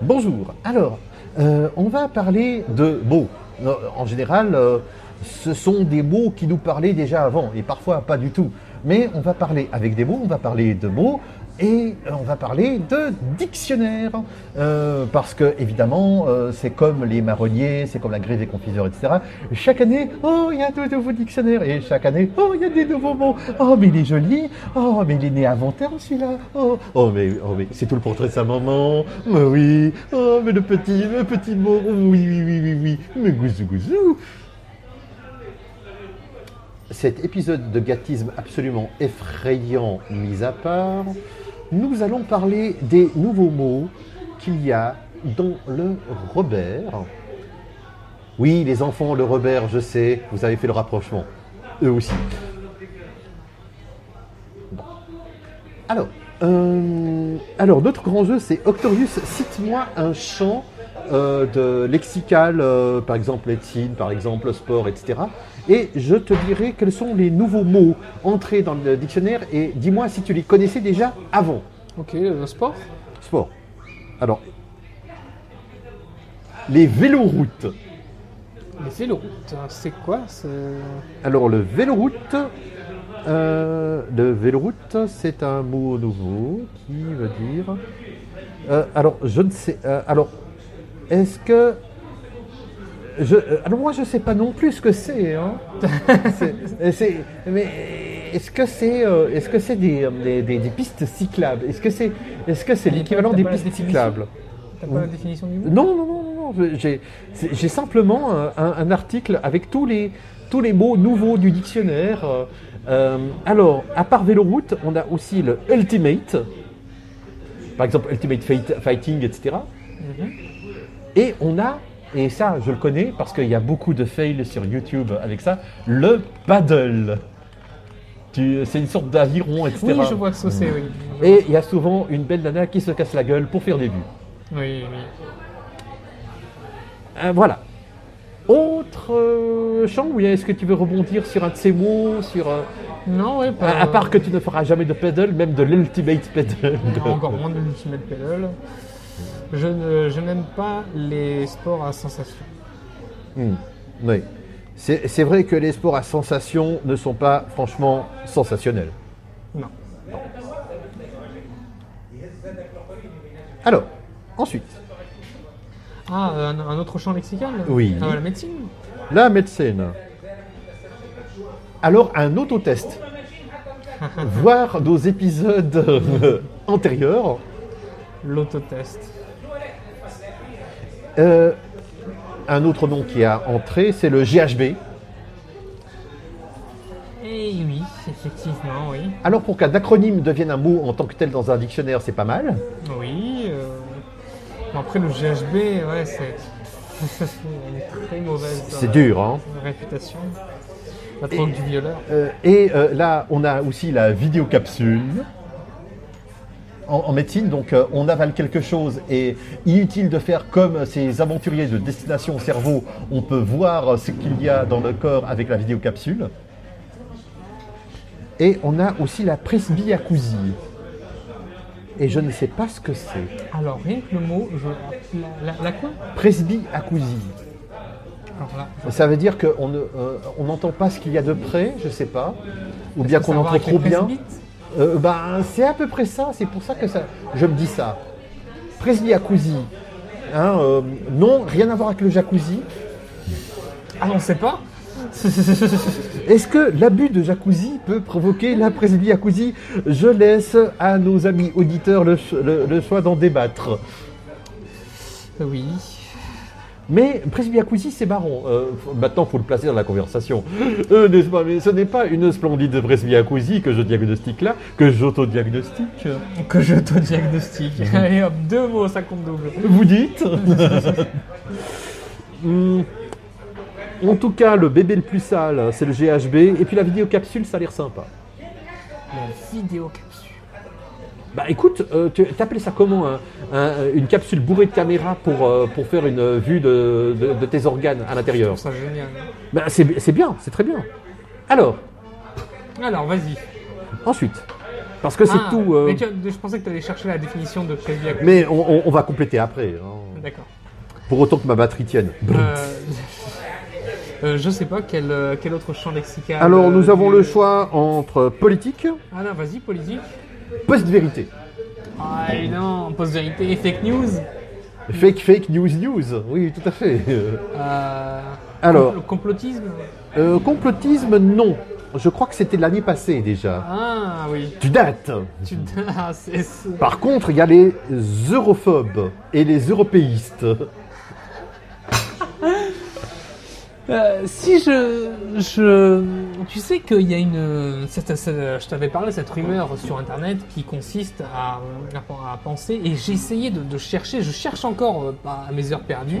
Bonjour. Alors, euh, on va parler de mots. Euh, En général, euh, ce sont des mots qui nous parlaient déjà avant, et parfois pas du tout. Mais on va parler avec des mots, on va parler de mots, et euh, on va parler de dictionnaire. Euh, parce que, évidemment, euh, c'est comme les marronniers, c'est comme la grève des confiseurs, etc. Chaque année, oh, il y a de nouveaux dictionnaires, et chaque année, oh, il y a des nouveaux mots. Oh, mais il est joli, oh, mais il est né avant terme, celui-là. Oh, oh, mais, oh, mais c'est tout le portrait de sa maman. Mais oui, oh, mais le petit, le petit mot, oui, oui, oui, oui, oui, mais gouzou, gouzou. Cet épisode de gâtisme absolument effrayant mis à part, nous allons parler des nouveaux mots qu'il y a dans le Robert. Oui, les enfants, le Robert, je sais, vous avez fait le rapprochement. Eux aussi. Bon. Alors, euh, alors, notre grand jeu, c'est Octorius, cite-moi un champ euh, de lexical, euh, par exemple médecine, par exemple sport, etc. Et je te dirai quels sont les nouveaux mots entrés dans le dictionnaire et dis-moi si tu les connaissais déjà avant. Ok, le sport Sport. Alors, les véloroutes. Les véloroutes, c'est quoi c'est- Alors, le véloroute, euh, le véloroute, c'est un mot nouveau qui veut dire. Euh, alors, je ne sais. euh, alors, est-ce que. Je, euh, alors, moi, je ne sais pas non plus ce que c'est. hein. C'est- euh, c'est- mais est-ce que c'est euh, est-ce que c'est des, euh, des, des- des pistes cyclables Est-ce que c'est est-ce que c'est Mais l'équivalent t'as des pas la pistes définition cyclables T'as Oui. pas la définition du mot Non, non, non, non, non. J'ai, c'est- j'ai simplement euh, un, un article avec tous les, tous les mots nouveaux du dictionnaire. euh, euh, alors, à part véloroute, on a aussi le ultimate, par exemple ultimate fight- fighting, etc. Mhm. Et on a, et ça je le connais parce qu'il y a beaucoup de fails sur YouTube avec ça, le paddle. Tu- c'est une sorte d'aviron, etc. Oui, je vois ce que c'est, oui. Et il y a souvent une belle nana qui se casse la gueule pour faire des vues. Oui, oui. Euh, voilà. Autre euh, champ, ou bien est-ce que tu veux rebondir sur un de ces mots sur, euh, Non, ouais, pas. à, à part que tu ne feras jamais de pedal, même de l'ultimate pedal. Non, Encore moins de l'ultimate pedal. Je, ne, je n'aime pas les sports à sensation. Hmm, Oui. C'est c'est vrai que les sports à sensation ne sont pas franchement sensationnels. Non. Alors, ensuite, Ah, un, un autre champ lexical Oui. Ah, la médecine la médecine. Alors, un autotest. Voir nos épisodes euh, antérieurs. L'autotest. Euh, un autre nom qui a entré, c'est le GHB. Eh oui, effectivement, oui. Alors pour qu'un acronyme devienne un mot en tant que tel dans un dictionnaire, c'est pas mal. Oui. euh, bon, après, le GHB, ouais, c'est. une très mauvaise euh, C'est dur, hein. réputation. La drogue du violeur. Euh, et euh, là, on a aussi la vidéocapsule. En, en médecine, donc euh, on avale quelque chose et inutile de faire comme ces aventuriers de destination cerveau, on peut voir ce qu'il y a dans le corps avec la vidéocapsule. Et on a aussi la presbyacousie. Et je ne sais pas ce que c'est. Alors, rien que le mot, je. La, la- la quoi Presbyacousie. Alors là, Ça veut dire qu'on ne- euh, on n'entend pas ce qu'il y a de près, je sais pas, ou bien qu'on savoir entend avec les trop bien. presbytes Euh, ben, c'est à peu près ça, c'est pour ça que ça, je me dis ça. Presbyacousie. Hein, euh, non, rien à voir avec le jacuzzi. Ah, on sait pas Est-ce que l'abus de jacuzzi peut provoquer la presbyacousie Je laisse à nos amis auditeurs le, ch- le- le choix d'en débattre. Oui. Mais presbyacousie, c'est marrant. Euh, faut- maintenant, il faut le placer dans la conversation. Euh, n'est-ce pas Mais ce n'est pas une splendide presbyacousie que je diagnostique là, que j'auto-diagnostique. Que je te diagnostique. Mhm. Allez hop, deux mots, ça compte double. Vous dites Hmm. En tout cas, le bébé le plus sale, hein, c'est le GHB. Et puis la vidéocapsule, ça a l'air sympa. La vidéo capsule. Bah écoute, euh, tu t'appelais ça comment un- un- Une capsule bourrée de caméras pour, euh, pour faire une euh, vue de, de- de tes organes à l'intérieur. Ça génial. Bah, c'est c'est bien, c'est très bien. Alors, Alors, vas-y. Ensuite, Parce que c'est Ah, tout. euh, mais tu- je pensais que tu allais chercher la définition de prévu à coup. Mais on, on- on va compléter après, hein. D'accord. pour autant que ma batterie tienne. Euh, euh, je sais pas quel, euh, quel autre champ lexical. Alors euh, nous avons du- le choix entre politique, Ah non, vas-y, politique. post-vérité, Ah et non, post-vérité et fake news. fake, fake, news, news. Oui, tout à fait. Euh, Alors. compl- complotisme. Euh, complotisme, non. Je crois que c'était l'année passée déjà. Ah oui. Tu dates. Tu ah, c'est- c'est- Par contre, il y a les europhobes et les européistes. Euh, si je, je, tu sais qu'il y a une, c'est- c'est- je t'avais parlé cette rumeur sur internet qui consiste à, à penser et j'ai essayé de, de chercher, je cherche encore euh, à mes heures perdues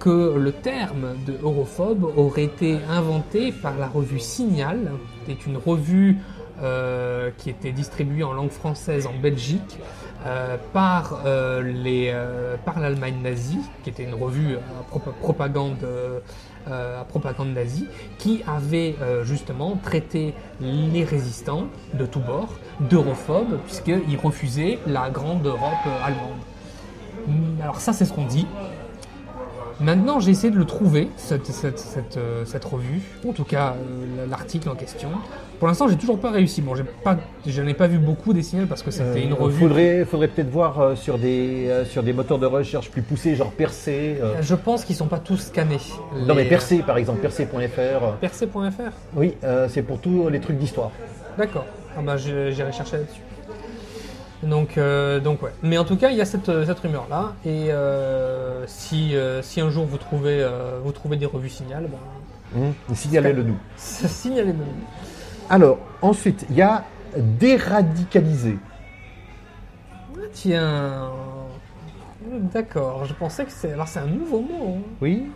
que le terme de europhobe aurait été inventé par la revue Signal, qui est une revue euh, qui était distribuée en langue française en Belgique euh, par euh, les euh, par l'Allemagne nazie, qui était une revue à propa- propagande euh, euh, à propagande nazie, qui avait euh, justement traité les résistants de tous bords d'europhobes, puisqu'ils refusaient la grande Europe euh, allemande. Hmm, Alors ça, c'est ce qu'on dit. Maintenant, j'ai essayé de le trouver, cette, cette, cette, euh, cette revue, en tout cas euh, l'article en question. Pour l'instant, j'ai toujours pas réussi. Bon, j'ai pas, je n'ai pas vu beaucoup des signaux parce que c'était Euh, une revue. Faudrait, faudrait peut-être voir euh, sur, des, euh, sur des moteurs de recherche plus poussés, genre Percé. euh. Je pense qu'ils sont pas tous scannés. Non mais Ah, Les- euh, Percé par exemple, Percé.fr. Percé.fr Oui, euh, c'est pour tous les trucs d'histoire. D'accord. Ah bah je- j'irai chercher là-dessus. Donc, euh, donc ouais. Mais en tout cas, il y a cette, cette rumeur là. Et euh, si, euh, si un jour vous trouvez, euh, vous trouvez des revues Signal, ben, Mmh. Signalez-le nous. ça signalez nous. Alors, ensuite, il y a déradicaliser. Tiens. D'accord. Je pensais que c'est. Alors c'est un nouveau mot. hein. Oui.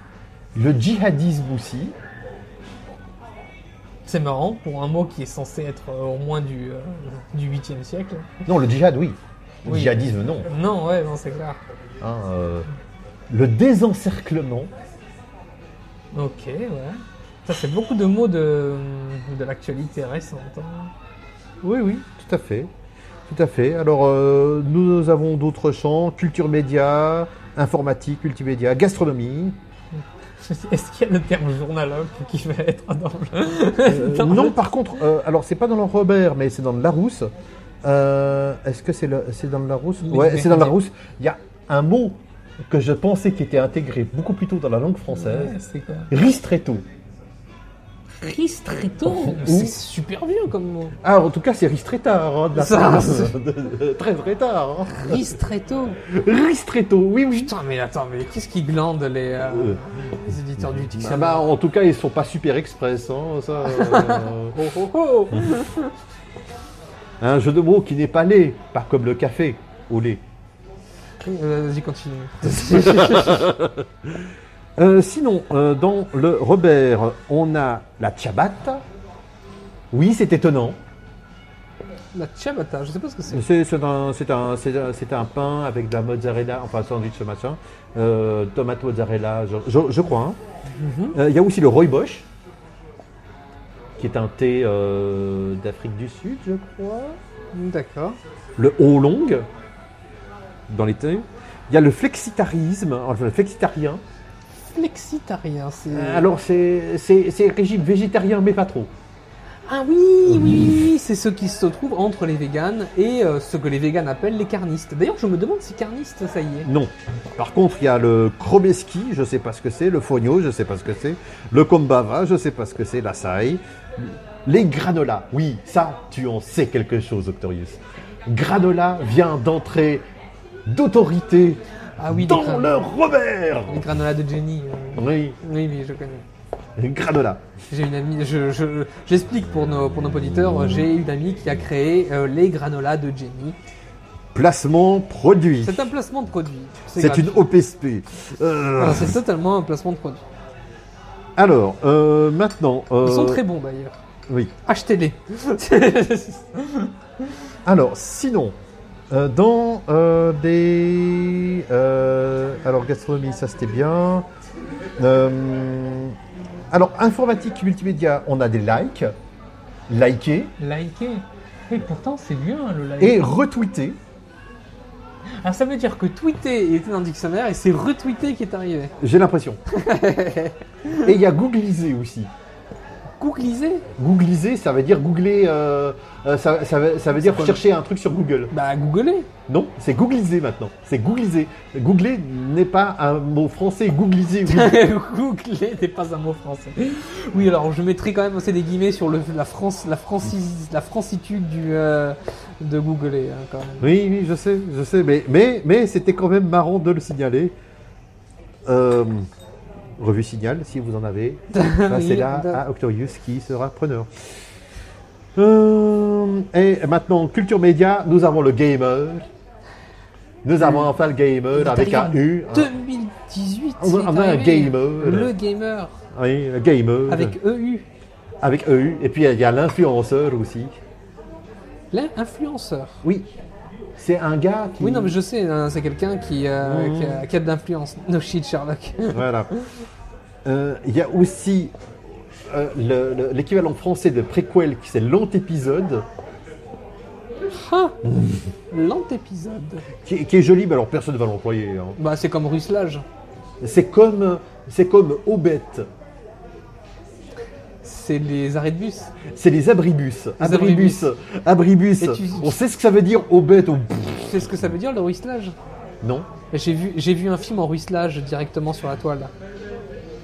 Le djihadisme aussi. C'est marrant pour un mot qui est censé être euh, au moins du, euh, du 8e siècle. Non, le djihad, oui. Le Oui. djihadisme, non. Non, ouais, non, c'est clair. Hein, euh, le désencerclement. Ok, ouais. Ça, c'est beaucoup de mots de, de l'actualité récente. hein. Oui, oui, tout à fait. Tout à fait. Alors, euh, nous avons d'autres champs culture média, informatique, multimédia, gastronomie. Est-ce qu'il y a le terme journalogue qui va être dans Euh, le... dans le- non, par contre, euh, alors c'est pas dans le Robert, mais c'est dans le Larousse. Euh, Est-ce que c'est le- c'est dans le Larousse Oui, Ouais, mais- c'est dans le Larousse. Il y a un mot que je pensais qui était intégré beaucoup plus tôt dans la langue Ouais, française. C'est quoi Ristretto. Ristretto C'est C'est super vieux comme mot. Ah, en tout cas, c'est ristretard. hein, de la Ça, part c'est- de- de- très très tard. hein. Ristretto Ristretto, oui, oui. Putain, mais attends, mais qu'est-ce qui glande les, euh, Euh. les éditeurs du dictionnaire Ah bah, en tout cas, ils sont pas super express. hein, ça, euh, Oh, oh, oh. un jeu de mots qui n'est pas lait, pas comme le café au lait. Euh, Vas-y, continue. Euh, sinon, euh, dans le Robert, on a la ciabatta. Oui, c'est étonnant. La ciabatta, je sais pas ce que c'est. C'est c'est un, c'est un- c'est un- c'est un pain avec de la mozzarella, enfin sandwich machin, euh, tomate mozzarella, je, je- je crois. hein. Euh, Il y a aussi le rooibos, qui est un thé euh, d'Afrique du Sud, je crois. Mm, D'accord. le long dans les thés. Il y a le flexitarisme, enfin le flexitarien. Flexitarien, c'est... Euh, Alors c'est c'est- c'est régime végétarien mais pas trop. Ah oui, oui, oui, oui, c'est ceux qui se trouvent entre les véganes et euh, ce que les véganes appellent les carnistes. D'ailleurs, je me demande si carniste, ça y est. Non. Par contre, il y a le kromeski, je sais pas ce que c'est, le fogno, je sais pas ce que c'est, le kombava, je sais pas ce que c'est, l'açaï, les granolas. Oui, ça tu en sais quelque chose Octorius. Granola vient d'entrer d'autorité Ah oui, les, dans gran- le Robert. les granolas de Jenny. euh, Oui, Oui, oui, je connais. granola. J'ai une amie, je- je- j'explique pour nos, pour nos auditeurs, euh, j'ai une amie qui a créé euh, les granolas de Jenny. Placement produit. C'est un placement de produit. C'est une gratuit. OPSP. Euh, Voilà, Ah, C'est totalement un placement de produit. alors, euh, maintenant. Ils sont euh, très bons d'ailleurs. Oui. Achetez-les. Alors, sinon, euh, dans euh, des. euh, alors, gastronomie, ça c'était bien. Euh, alors, informatique multimédia, on a des likes. Liker. Likez. Et pourtant, c'est bien le live. et retweeter. Alors ça veut dire que tweeter était dans le dictionnaire et c'est retweeter qui est arrivé. J'ai l'impression. et il y a googliser aussi. Googliser Googliser, ça veut dire googler. euh, euh, ça, ça veut- ça veut dire quoi chercher un truc sur Google. Bah googler. Non, c'est googliser maintenant. C'est googliser. Googler n'est pas un mot français. Googliser, oui. Googler n'est pas un mot français. Oui, alors je mettrai quand même aussi des guillemets sur le, la France, la francis, la francitude du euh, de googler hein, quand même. Oui, oui, je sais, je sais, mais, mais, mais c'était quand même marrant de le signaler. Euh, revue Signal, si vous en avez, Ah passez Bah, là Ah. à Octorius qui sera preneur. Euh, et maintenant, Culture Média, nous avons le gamer. Nous avons enfin le gamer Hmm. Vous avec arrivez un en U. hein. 2018. Ah, On a- c'est on a un arrivé. gamer. Le gamer Oui, le gamer. euh, avec E EU. Avec EU. Et puis, il y a l'influenceur aussi. L'influenceur. Oui. C'est un gars qui. Oui, non, mais je sais, hein, c'est quelqu'un qui, euh, Mhm. qui a, qui a de l'influence. No shit, Sherlock. Voilà. Euh, Il y a aussi euh, le- le- l'équivalent français de préquel, qui c'est l'antépisode, Ah, L'antépisode. qui, qui est joli, mais alors personne ne va l'employer. hein. Bah, c'est comme Russelage. C'est comme, c'est comme Aubette, C'est les arrêts de bus. c'est les abribus. Abribus, abribus. Et tu- On sait ce que ça veut dire Aubette. ou- Pff, Tu sais ce que ça veut dire le ruisselage Non. J'ai vu, j'ai vu un film en ruisselage directement sur la toile.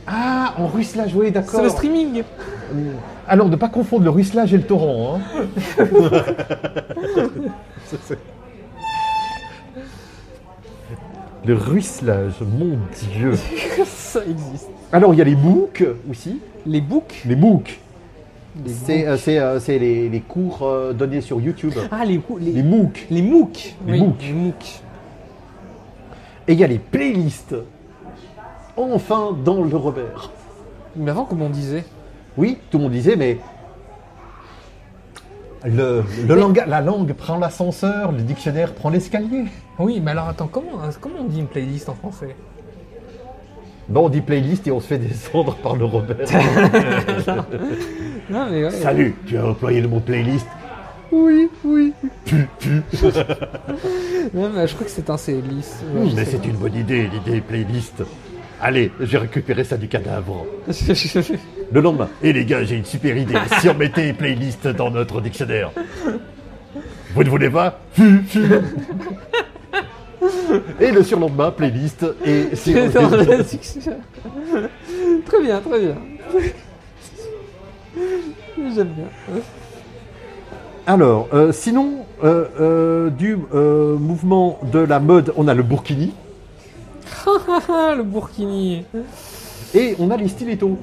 Ah, en ruisselage, oui, C'est d'accord. le streaming Alors, ne pas confondre le ruisselage et le torrent. hein. C'est- c'est- le ruisselage, mon Dieu. Ça existe. Alors, il y a les MOOC aussi. Les books Les MOOC, les c'est euh, c'est, euh, c'est les, les cours euh, donnés sur YouTube. books. Ah, les, bou- les, Les MOOC. les MOOC. Les Oui, MOOC. Les MOOC. Et il y a les playlists. Enfin, dans le Robert. Mais avant, comment on disait Oui, tout le monde disait, mais. Le, le langa- la langue prend l'ascenseur, le dictionnaire prend l'escalier. Oui, mais alors attends, comment, hein, comment on dit une playlist en français Bon, on dit playlist et on se fait descendre par le Robert. Non, mais ouais. Salut, tu as employé le mot playlist. Oui, oui. non, mais je crois que c'est un CELIS. Ouais, je mais sais c'est une bonne idée, l'idée playlist. Allez, j'ai récupéré ça du cadavre. pas. Je- Le lendemain. Et Eh les gars, j'ai une super idée. Si on mettait playlist dans notre dictionnaire. Vous ne voulez pas Et le surlendemain, playlist. Et je- c'est. dans la dictionnaire. Très bien, très bien. J'aime bien. Alors, euh, sinon, euh, euh, du euh, mouvement de la mode, on a le burkini Ah, le burkini. et on a les stilettos.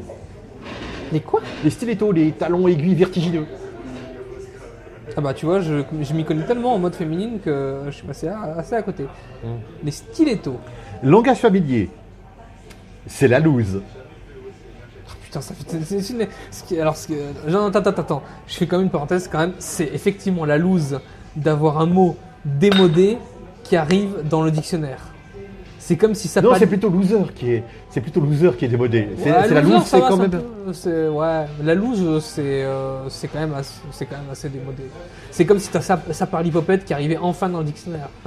Mais quoi Les stilettos, les talons aiguilles vertigineux. Ah bah tu vois, je, je m'y connais tellement en mode féminine que je suis passé à- assez à côté. Les stilettos. Langage familier. C'est la loose. Putain, ça fait. c'est- c'est- c'est une- ce qui- alors, ce que, non, attends, attends, attends. Je fais quand même une parenthèse quand même. C'est effectivement la loose d'avoir un mot démodé qui arrive dans le dictionnaire. C'est comme si ça. Non, pas- c'est plutôt loser qui est. C'est plutôt loser qui est démodé. C'est Ouais, c'est la loser, loose, ça c'est va, quand ça même. peut- c'est- ouais, la loose, c'est euh, c'est quand même assez, c'est quand même assez démodé. C'est comme si t'as ça, ça par l'hypopète qui arrivait enfin dans le dictionnaire.